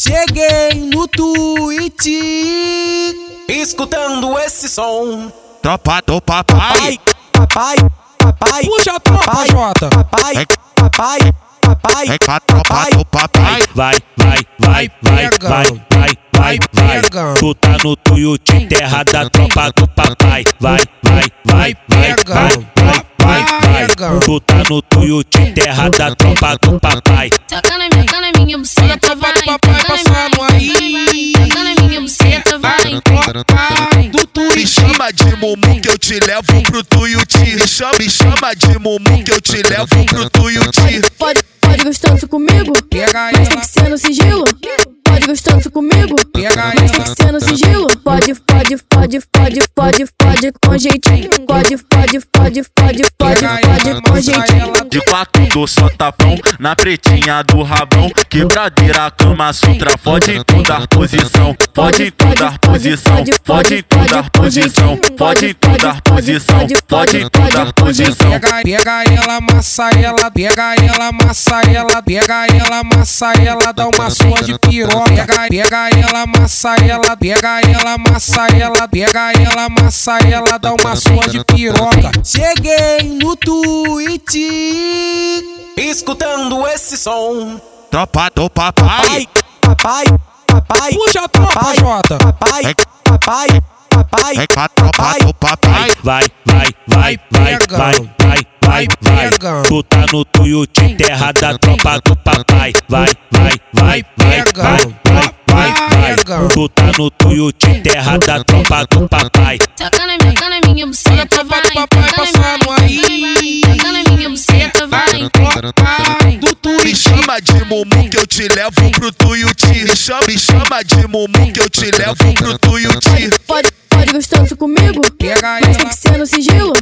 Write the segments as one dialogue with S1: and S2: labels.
S1: Cheguei no tweet escutando esse som.
S2: Tropa do papai,
S1: Papai, papai, papai. Puxa a tropa, Jota. Papai, papai, papai.
S2: vem com a tropa do papai.
S3: vai, vai, vai, vai, vai, vai, vai, vai. Tu tá no tuiuti, terra da tropa do papai. Vai, vai, vai, vai, vai, vai, vai, vai. Tu tá no tuiuti, terra da tropa do papai.
S4: Toca na minha, toca na minha buceta, vai. Toca na minha, toca na minha buceta, vai.
S5: Me chama de Mumu que eu te levo pro Tuiuti. Me chama, me chama de Mumu que eu te levo pro Tuiuti.
S6: Pode, pode gostoso comigo, mas tem que ser no sigilo. Pode gostoso comigo, mas tem que ser no sigilo. Pode, pode, pode, pode, pode, pode com jeitinho. Pode, pode, pode, pode, pode, pode com jeitinho.
S7: De quatro do sotapão, na pretinha do rabão. Quebradeira, cama, sutra, fode em tudo a posição. Fode em tudo a posição, fode em tudo a posição. Fode em tudo a posição, fode em tudo a posição.
S8: Pega ela, amassa ela, pega ela, amassa ela, pega ela, amassa ela, dá uma sua de piroca. Pega, pega ela, amassa ela, pega ela, amassa ela, pega ela, amassa ela, dá uma sua de piroca.
S1: Cheguei no tweet escutando esse som.
S2: Tropa do papai,
S1: Papai, papai, papai.
S8: Puxa a tropa, Jota.
S1: Papai, papai, papai.
S2: vem com a tropa do papai.
S3: Vai, vai, vai, vai, vai, vai, vai, vai. Tu tá no tuiuti, terra da tropa do papai. Vai, vai, vai, vai, vai, vai, vai, vai. Tu tá no tuiuti, terra da tropa do papai.
S4: Toca na minha, toca na minha buceta, vai. Toca na minha, toca na minha buceta, vai.
S5: Me chama de Mumu que eu te levo pro Tuiuti. Me chama, me chama de Mumu que eu te levo pro Tuiuti.
S6: Pode, pode gostoso comigo, mas tem que ser no sigilo.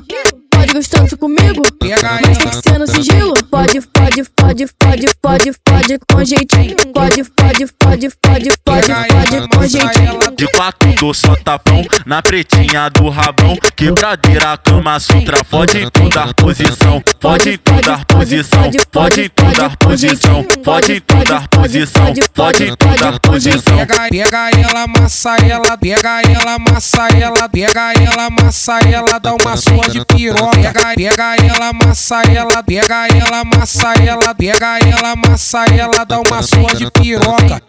S6: Pode gostoso comigo, mas tem que ser no sigilo. Pode, pode, pode, pode, pode, pode com jeitinho. Pode, pode, pode, pode, pode, pode com jeitinho.
S7: De quatro do sotapão, na pretinha do rabão. Quebradeira, cama, sutra, fode em tudo a posição. Fode em tudo a posição, fode em tudo a posição. Fode em tudo a posição, fode em tudo a posição.
S8: Pega, pega ela, amassa ela, pega ela, amassa ela, pega ela, amassa ela, dá uma sua de piroca. Pega, pega ela, amassa ela, pega ela, amassa ela, pega ela, amassa ela, dá uma sua de piroca.